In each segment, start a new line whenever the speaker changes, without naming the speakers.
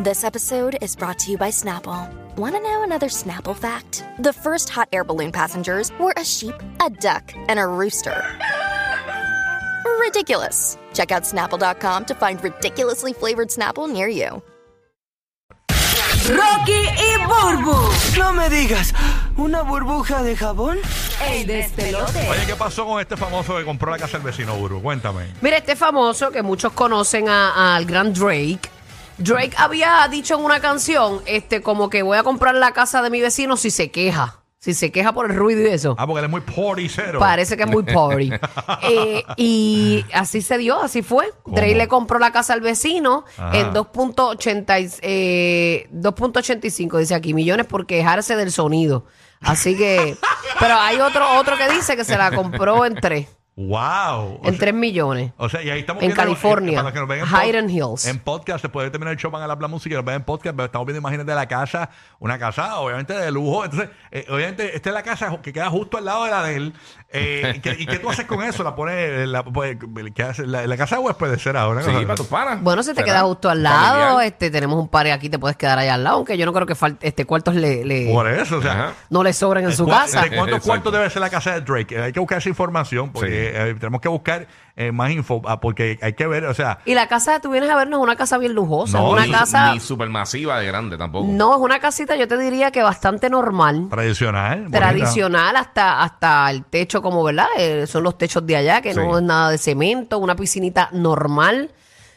This episode is brought to you by Snapple. Want to know another Snapple fact? The first hot air balloon passengers were a sheep, a duck, and a rooster. Ridiculous. Check out snapple.com to find ridiculously flavored Snapple near you.
Rocky y Burbu,
No me digas, ¿una burbuja de jabón?
el despelote.
Oye, ¿qué pasó con este famoso que compró la casa del vecino, Buru? Cuéntame.
Mira, este famoso que muchos conocen a- al gran Drake. Drake había dicho en una canción, este, como que voy a comprar la casa de mi vecino si se queja. Si se queja por el ruido y eso.
Ah, porque él es muy poricero.
Parece que es muy pobre. Eh, y así se dio, así fue.
¿Cómo?
Drake le compró la casa al vecino
Ajá.
en 2.80 y- eh, 2.85, dice aquí, millones por quejarse del sonido. Así que, pero hay otro, otro que dice que se la compró en 3,
¡Wow! O
en
sea-
3 millones.
O sea, y ahí estamos
En
viendo-
California,
para los que nos ven en
Hidden
pod-
Hills.
En podcast, se puede terminar el show, van a hablar música y nos ven en podcast, pero estamos viendo imágenes de la casa, una casa obviamente de lujo. Entonces, eh, obviamente, esta es la casa ju- que queda justo al lado de la de él. Eh, ¿y, qué, y qué tú haces con eso? ¿La pones, la, pues, ¿qué haces? la, la casa de huéspedes puede ser ahora?
Sí, para tus panas.
Bueno, se te
¿Verdad?
queda justo al lado.
Familiar.
Este, tenemos un par aquí, te puedes quedar ahí al lado, aunque yo no creo que falte, este cuartos le, le-
Por eso, o sea...
Ajá.
no le sobren en su
¿Cuá-
casa.
¿De cuántos
eh, Exacto.
cuartos debe ser la casa de Drake? Eh, Hay que buscar esa información porque
Sí.
eh, tenemos que buscar eh, más info ah, porque hay que ver, o sea,
Y la casa que tú vienes a ver no es una casa bien lujosa,
No,
es una
ni,
casa
ni supermasiva de grande tampoco.
no es una casita, yo te diría que bastante normal,
tradicional. bonita.
tradicional hasta hasta el techo como, ¿verdad? Eh, son los techos de allá que
Sí.
no es nada de cemento, una piscinita normal.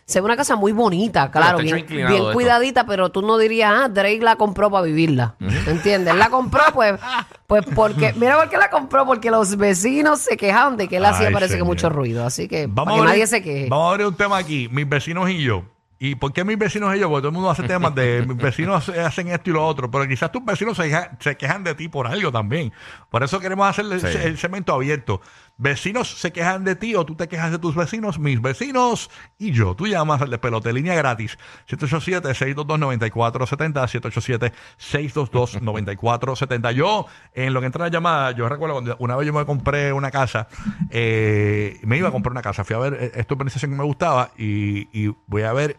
Se ve una casa muy bonita, claro,
techo
bien,
inclinado
bien
de esto.
cuidadita, pero tú no dirías, ah, Drake la compró para vivirla. ¿Entiendes? Él la compró, pues, pues porque, mira por qué la compró, porque los vecinos se quejaban de que él hacía
Ay,
parece que
señor.
mucho ruido. Así que
Vamos
para que
a, abrir,
nadie se queje.
vamos a abrir un tema aquí, mis vecinos y yo. ¿Y por qué mis vecinos y yo? Porque todo el mundo hace temas de mis vecinos hacen esto y lo otro, pero quizás tus vecinos se, queja- se quejan de ti por algo también. Por eso queremos hacer el,
Sí.
ce- el cemento abierto. Vecinos se quejan de ti o tú te quejas de tus vecinos, mis vecinos y yo. Tú llamas al despelote, línea gratis. 787-622-9470, 787-622-9470. Yo, en lo que entra la llamada, yo recuerdo cuando una vez yo me compré una casa, eh, me iba a comprar una casa, fui a ver eh, esta organización que me gustaba y, y voy a ver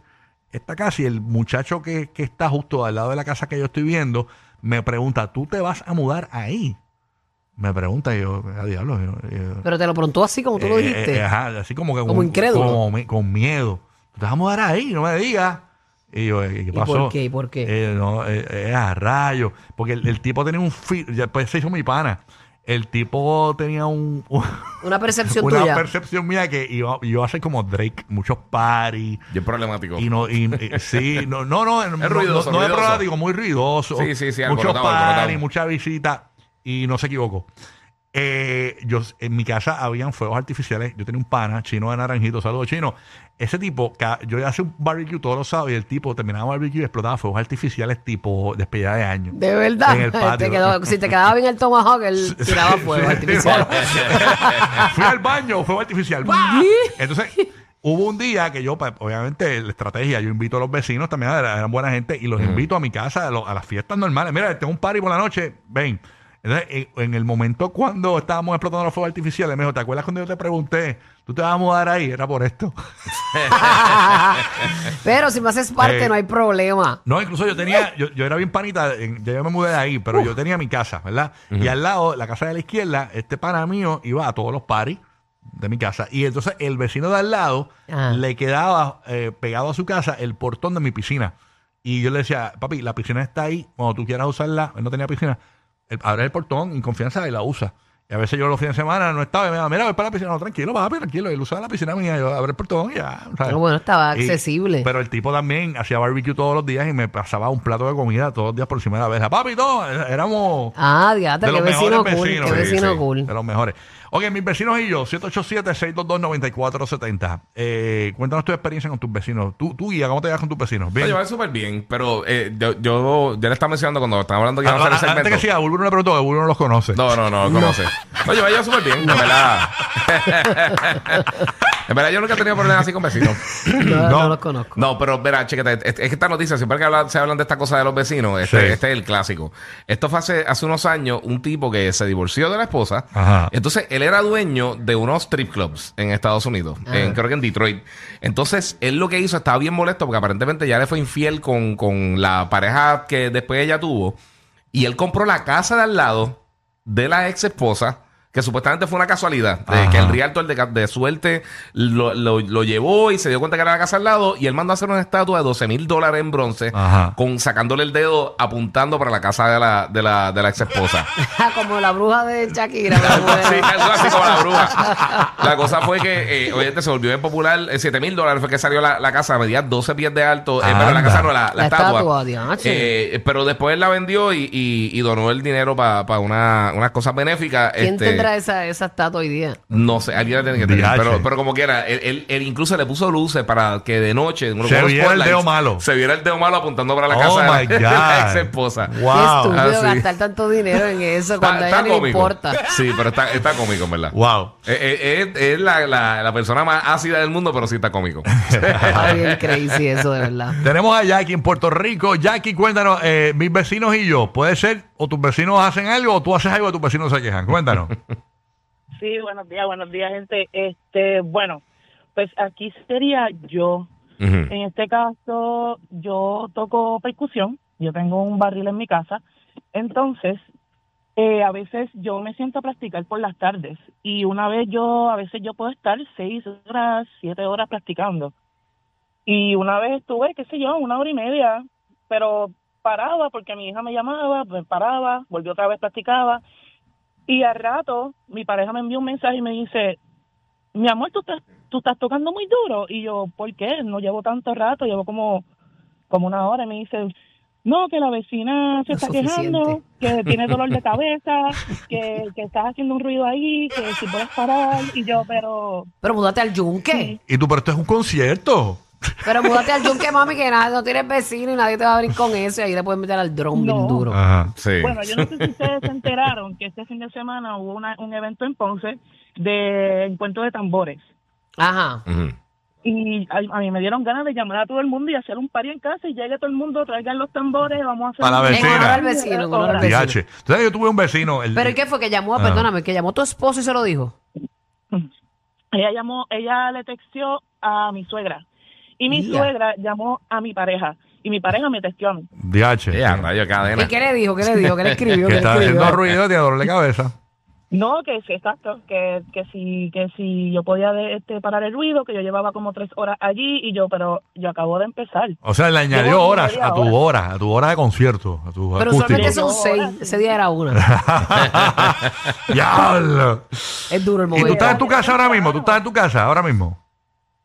esta casa y el muchacho que, que está justo al lado de la casa que yo estoy viendo me pregunta, ¿tú te vas a mudar ahí? Me pregunta y yo, a diablo. yo- yo-
Pero te lo preguntó así como tú lo
eh,
dijiste.
eh, ajá, así como que
Como
con,
incrédulo.
como mi- con miedo. Tú te vas a mudar ahí, no me digas. Y yo, eh, ¿qué
por
pasó?
qué? ¿Y por qué?
Eh, no, eh, eh, a rayos. Porque el, el tipo tenía un... fi- ya Después se hizo mi pana. El tipo tenía un... un-
una percepción
una
tuya.
percepción mía que iba, iba a ser como Drake, muchos parties.
Yo es problemático.
Y no, y, y- sí, no, no, no, no,
ruidoso,
no, no es
ruidoso.
problemático, muy ruidoso.
Sí, sí, sí,
Mucho
alborotado,
party,
alborotado.
mucha visita. Y no se equivocó. Eh, yo, en mi casa habían fuegos artificiales. Yo tenía un pana, chino de naranjito, saludos chino. Ese tipo, ca- yo hacía un barbecue todos los sábados y el tipo terminaba barbecue y explotaba fuegos artificiales tipo despedida de año.
De verdad.
En el patio.
Te quedó- si te quedaba bien el tomahawk, él tiraba fuego
Sí,
artificial.
Fui al baño, fuego artificial. ¡Bah! Entonces, hubo un día que yo, pa- obviamente, la estrategia, yo invito a los vecinos también, eran eran buena gente, y los invito a mi casa, a, lo- a las fiestas normales. Mira, tengo un party por la noche, ven. Entonces, en, en el momento cuando estábamos explotando los fuegos artificiales, me dijo, ¿te acuerdas cuando yo te pregunté, tú te vas a mudar ahí? Era por esto.
Pero si me haces parte,
Eh,
no hay problema.
No, incluso yo tenía, yo, yo era bien panita, en- ya yo me mudé de ahí, pero yo tenía mi casa, ¿verdad? Y al lado, la casa de la izquierda, este pana mío iba a todos los paris de mi casa. Y entonces el vecino de al lado
Ah.
le quedaba eh, pegado a su casa el portón de mi piscina. Y yo le decía, papi, la piscina está ahí, cuando tú quieras usarla, él no tenía piscina, el, abre el portón en confianza y la usa. Y a veces yo los fines de semana no estaba, y me daba, mira, voy para la piscina, no, tranquilo, papi, tranquilo, él usaba la piscina mía, yo abro el portón y ya. ¿sabes?
Pero bueno, estaba
Ah, Y-
accesible.
pero el tipo también hacía barbecue todos los días y me pasaba un plato de comida todos los días por encima de la mesa. Papi, todos éramos
ah, diata,
de
qué
los
vecino
mejores
cool.
vecinos.
qué
Sí,
vecino
sí,
cool.
De los mejores. Ok, mis vecinos y yo, 787-622-9470. Eh, cuéntanos tu experiencia con tus vecinos. Tú, tú guía, ¿cómo te llevas con tus vecinos?
Oye,
Bien.
va súper bien, pero eh, yo, yo, yo le estaba mencionando cuando estaba hablando que iba a
Ah,
hacer el
ah, antes
segmento.
que siga, Bulbo no le preguntó, que Bulbo no los conoce.
No, no, no, ¿cómo sé? No, yo me llevo súper bien, de verdad. En verdad, yo nunca he tenido problemas así con vecinos.
No,
No.
no los conozco.
No, pero verá, chécate, es, es que esta noticia, siempre que habla- se hablan de esta cosa de los vecinos, este,
Sí.
este es el clásico. Esto fue hace, hace unos años, un tipo que se divorció de la esposa.
Ajá.
Entonces, él era dueño de unos strip clubs en Estados Unidos, en- creo que en Detroit. Entonces, él lo que hizo estaba bien molesto porque aparentemente ya le fue infiel con, con la pareja que después ella tuvo. Y él compró la casa de al lado de la ex esposa, que supuestamente fue una casualidad, de
Ajá.
que el realtor de, ca- de suerte lo, lo- lo llevó y se dio cuenta que era la casa al lado, y él mandó a hacer una estatua de 12 mil dólares en bronce,
Ajá.
con sacándole el dedo apuntando para la casa de la, de la, de la ex esposa.
Ah, Como la bruja de Shakira. la
Algo
mujer.
así, algo así como la bruja. La cosa fue que, eh, obviamente, se volvió bien popular. Eh, 7 mil dólares fue que salió la, la casa, medía 12 pies de alto. eh, pero la
Anda.
casa no, la, la
La
estatua.
estatua, diache.
Eh, pero después él la vendió y, y- y donó el dinero para una, unas cosas benéficas.
¿Quién
este,
tendrá esa, esa estatua hoy día?
No sé, alguien la tiene que tener.
Diache.
Pero, pero como quiera, él, él- él incluso le puso luces para que de noche. uno
Se
con los
viera el
spotlights,
dedo malo.
Se viera el dedo malo apuntando para la
oh
casa
my
de la-
God.
de la ex esposa.
Qué
Wow.
estúpido
así.
gastar tanto dinero en eso
Ah, Está-
cuando a
está
ella ni le
cómico.
importa.
Sí, pero está, está cómico, en ¿verdad?
Wow.
Eh, eh, Es, es la, la, la persona más ácida del mundo, pero sí está cómico.
Está bien crazy eso, de verdad.
Tenemos a Jackie en Puerto Rico. Jackie, cuéntanos, eh, mis vecinos y yo, puede ser o tus vecinos hacen algo o tú haces algo y tus vecinos se quejan. Cuéntanos.
Sí, buenos días, buenos días, gente. Este, bueno, pues aquí sería yo.
Ujú.
En este caso, yo toco percusión. Yo tengo un barril en mi casa. Entonces, eh, a veces yo me siento a practicar por las tardes. Y una vez yo, a veces yo puedo estar seis horas, siete horas practicando. Y una vez estuve, qué sé yo, una hora y media, pero paraba porque mi hija me llamaba, me paraba, volví otra vez, practicaba. Y al rato, mi pareja me envió un mensaje y me dice, mi amor, tú estás, tú estás tocando muy duro. Y yo, ¿por qué? No llevo tanto rato, llevo como, como una hora. Y me dice, no, que la vecina se
No es
está quejando, que tiene dolor de cabeza, que, que estás haciendo un ruido ahí, que si puedes parar. Y yo, pero...
Pero múdate al yunque.
y tú, pero esto es un concierto.
Pero múdate al yunque, mami, que nada, no tienes vecino y nadie te va a abrir con eso. Y ahí le puedes meter al dron bien
No.
duro.
Ajá.
Sí.
Bueno, yo no sé si ustedes se enteraron que este fin de semana hubo una- un evento en Ponce de encuentro de tambores.
Ajá.
Ujú.
Y a, a mí me dieron ganas de llamar a todo el mundo y hacer un party en casa y llegue todo el mundo, traigan los tambores, vamos a hacer...
Para la
En
un-
honor
Vecina.
al vecino, en honor al vecino.
DH. Tú sabes que yo tuve un vecino. El,
Pero ¿y qué fue que llamó?
Ah.
Perdóname, que llamó tu esposo y se lo dijo.
Ella llamó, ella le texteó a mi suegra. Y mi
Ya.
suegra llamó a mi pareja. Y mi pareja me texteó a mí.
DH.
Eh, a rayo cadena.
¿Y qué le dijo? ¿Qué le dijo? ¿Qué le escribió?
Que
¿Qué
está
le escribió?
haciendo ruido de dolor de cabeza.
No, que sí, exacto, que, que si que si yo podía de- este, parar el ruido, que yo llevaba como tres horas allí y yo, pero yo acabo de empezar.
O sea, le añadió
Llevo
horas
media
a tu hora, a tu hora de concierto, a tu
Pero
acústico.
usualmente son
Llegó,
seis.
ahora sí.
Ese día era una.
¡Diablo!
Es duro el
¿Y tú
momento.
estás en tu casa ahora mismo? ¿Tú estás en tu casa ahora mismo?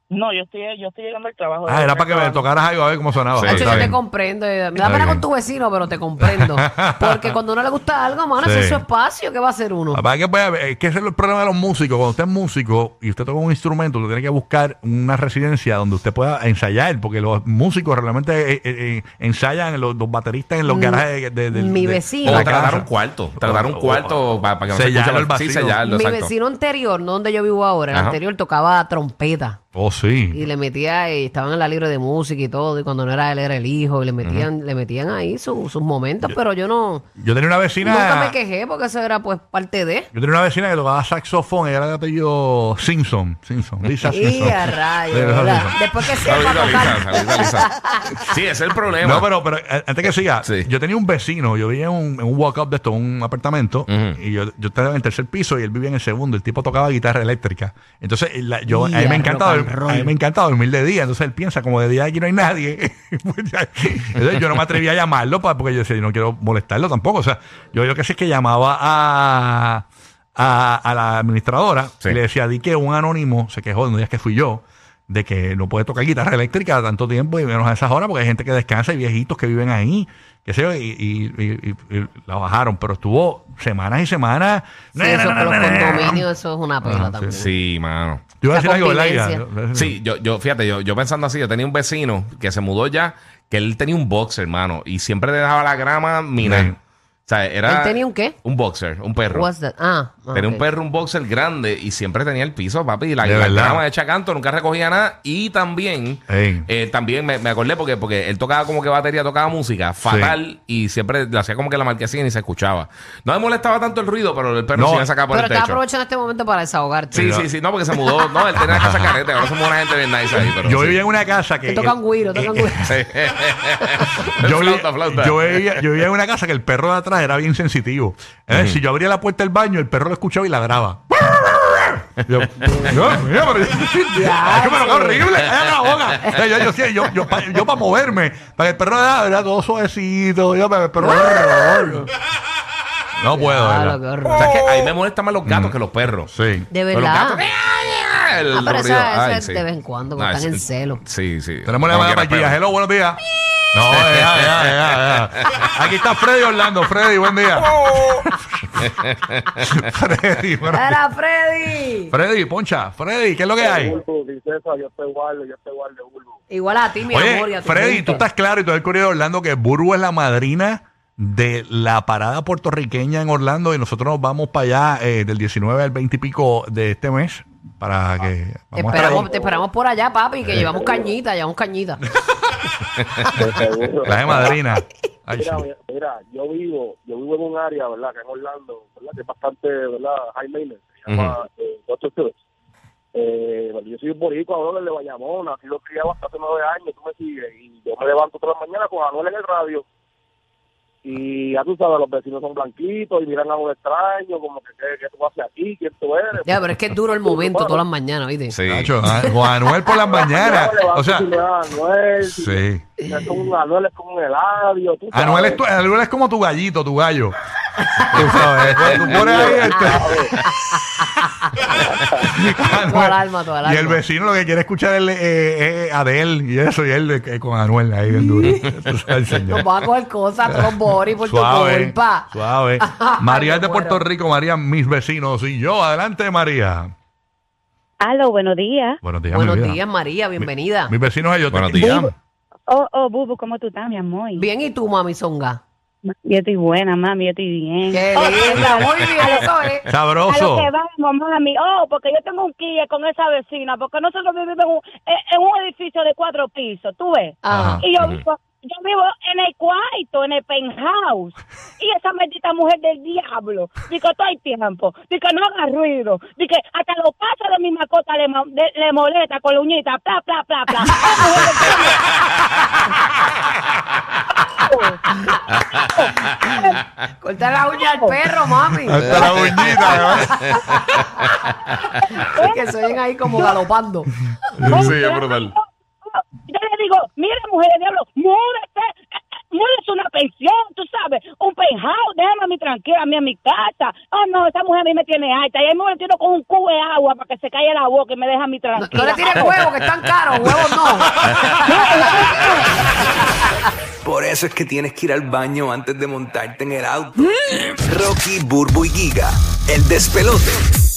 No, yo estoy yo estoy llegando al trabajo.
Ah, era para que me tocaras algo a ver cómo sonaba.
Sí,
Nacho,
Está
yo te
bien.
comprendo. eh, Me
Está
da pena
bien.
con tu vecino, pero te comprendo. Porque cuando no le gusta algo, mano,
Sí.
ese es su espacio. ¿Qué va a hacer uno?
Papá, es que, pues, es que ese es el problema de los músicos. Cuando usted es músico y usted toca un instrumento, usted tiene que buscar una residencia donde usted pueda ensayar, porque los músicos realmente eh, eh, eh, ensayan los, los bateristas en los garajes de, de, de-
Mm, mi
de-
vecino.
de la
O tratar
casa.
un cuarto. Tratar un cuarto para que no se
Oh, Sellarlo
escuche
el vacío.
Sí, sellarlo,
Mi
exacto.
vecino anterior, no donde yo vivo ahora, el
Ajá.
anterior tocaba trompeta.
Oh,
Y
sí.
le metía, eh, estaban en la libre de música y todo, y cuando no era él era el hijo, y le metían, le metían ahí su- sus momentos, pero yo no,
Yo tenía una vecina.
nunca me quejé porque eso era pues parte de.
Yo tenía una vecina que tocaba saxofón, ella era de apellido Simpson. Simpson, Lisa
Y
Simpson.
a rayos,
Sí, Lisa
¿verdad?
Simpson.
Después que sepa
Saludito a Lisa,
tocar.
saludito a Lisa. Sí, ese es el problema.
No, pero, pero eh, antes que siga,
Sí.
yo tenía un vecino, yo vivía en un, en un walk-up de esto, un apartamento,
Ujú.
y yo, yo estaba en el tercer piso y él vivía en el segundo, el tipo tocaba guitarra eléctrica. Entonces, eh, la- yo, a, mí
Ya,
me encanta,
rock and
dormir- a mí me encanta dormir de día, entonces él piensa, como de día aquí no hay nadie, pues ya- entonces yo no me atreví a llamarlo pa- porque yo decía, no quiero molestarlo tampoco, o sea, yo lo que sé es que llamaba a... A, a la administradora
Sí.
y le decía di que un anónimo se quejó de un día que fui yo de que no puede tocar guitarra eléctrica tanto tiempo y menos a esas horas porque hay gente que descansa y viejitos que viven ahí qué sé yo y, y- y- y- y la bajaron pero estuvo semanas y semanas
Sí, eso con los condominios, eso es una pena
Ah,
también.
Sí, mano.
Yo iba a
La
decir algo, ¿verdad,
convivencia.
Iga?
Sí, yo, yo fíjate, yo, yo pensando así, yo tenía un vecino que se mudó ya, que él tenía un box, hermano, y siempre le dejaba la grama mina.
Sí.
sea, era
¿Él tenía un qué?
Un boxer, un perro.
What's that? Ah, ah,
Tenía un
ok.
perro, un boxer grande y siempre tenía el piso, papi. y La,
De
la
verdad.
cama hecha canto, nunca recogía nada. Y también,
Ey.
eh, también me, me acordé porque, porque él tocaba como que batería, tocaba música fatal y siempre le hacía como que la marquesina y se escuchaba. No me molestaba tanto el ruido, pero el perro
No.
se iba a sacar por
Pero
el
estás
techo.
aprovechando este momento para desahogarte.
Sí, sí, sí, no, porque se mudó. No, él tenía la casa careta, ahora somos una gente bien nice ahí. Pero
Yo
sí.
vivía en una casa que.
Te tocan guiro,
eh,
tocan guiro.
Yo, vi-
flauta, flauta.
yo vivía, yo vivía en una casa que el perro de atrás era bien sensitivo. Es decir, si yo abría la puerta del baño, el perro lo escuchaba y ladraba. Yo, yo, mira, pero, Ay, pero qué horrible, cállate la boca. O sea, Yo, yo, sí, yo, yo, pa- yo para moverme, para que el perro era, era todo suavecito. Yo, pero, pero- no puedo.
Ah,
¿verdad?
lo que horror.
O sea, que ahí me molestan más los gatos que los perros.
Sí.
De
Pero los
verdad.
gatos- ¡Ah! El
Ah, pero
ruido.
esa- esa
Ay,
es
sí.
de vez en cuando, cuando
Ah,
están
sí.
en celo.
Sí, sí.
Tenemos la
Como
llamada para
quiera,
Gia.
perro.
Hello, buenos días. No, ya, ya, ya, ya. Aquí está Freddy Orlando. Freddy, buen día. Freddy, bueno.
¡Era Freddy!
Freddy, poncha. Freddy, ¿qué es lo que hay?
princesa, yo te guardo, yo te guardo, Bulbo.
Igual a ti, mi amor. y
Oye,
a tu
Freddy,
gente.
tú estás claro y todo el curioso de Orlando que Burbu es la madrina de la parada puertorriqueña en Orlando y nosotros nos vamos para allá eh, del 19 al 20 y pico de este mes para que...
Te
vamos a estar
esperamos,
ahí.
te esperamos por allá, papi, que llevamos cañita, llevamos cañita.
La de madrina. Ay, sí.
Mira, mira, yo vivo, yo vivo en un área, ¿verdad? Que en Orlando, ¿verdad? Que es bastante, ¿verdad? High maintenance, se llama eh, Dr. Phillips. Eh, bueno, yo soy un boricua, brother, de Bayamón, ha sido criado hasta hace nueve años, tú me sigues, y yo me levanto todas las mañanas con Anuel en el radio, y ya tú sabes, los vecinos son blanquitos, y miran a un extraño, como que, ¿qué, qué tú haces aquí? ¿Quién tú eres?
Ya, pero es que es duro el momento todas las mañanas, ¿viste?
Sí.
Nacho, ah, Juan Manuel por las mañanas.
Pues, Yo
O sea,
me levanto y me da Anuel, y
sí.
Es como un Anuel, es como un Eladio. tú sabes.
Anuel es, tu- Anuel es como tu gallito, tu gallo. Tú sabes, pues, tú pones ahí este- Anuel.
Tu alarma, tu alarma.
Y el vecino lo que quiere escuchar es eh, eh, Adele y eso, y él eh, con Anuel ahí bien duro. Tú sabes, el señor.
Nos van a coger cosas, todos los boris por tu
Suave,
culpa.
suave.
Me
María es de
muero.
Puerto Rico, María, mis vecinos y yo. Adelante, María.
Aló, buenos días.
Buenos días,
Buenos
mi vida.
días, María, bienvenida.
Mis vecinos ellos.
Buenos
te-
días.
Oh, oh, Bubu, ¿cómo tú estás, mi amor?
Bien, ¿y tú, mami Songa?
Yo estoy buena, mami, yo estoy bien.
Qué linda, muy bien, eso es.
A lo
Sabroso.
que vamos, mami. Oh, porque yo tengo un Kia con esa vecina, porque nosotros vivimos en un, en- en un edificio de cuatro pisos, ¿tú ves?
Ajá.
Y yo vivo, yo vivo en el cuarto, en el penthouse. Y esa maldita mujer del diablo. Digo, todo el tiempo. Digo, no haga ruido. Digo, hasta los pasos de mi mascota le, mo- de- le molesta con la uñita. Pla, pla, pla, pla. Oh, mujer del diablo.
Corta la uña al perro, mami.
Hasta la uñita. ¿no?
Es que se oyen ahí como galopando.
Sí, es brutal.
Yo le digo, mira, mujer de diablo, múdate, eh, eh, múdese una pensión, tú sabes, un penthouse, déjame a mí tranquila, a mí a mi casa. Oh, no, esa mujer a mí me tiene alta. Y ahí me metido con un cubo de agua para que se calle la boca y me deja a mí
No,
tranquila.
no le tiren huevos, que están caros, huevos no.
Por eso es que tienes que ir al baño antes de montarte en el auto. Rocky, Burbu y Giga, el despelote.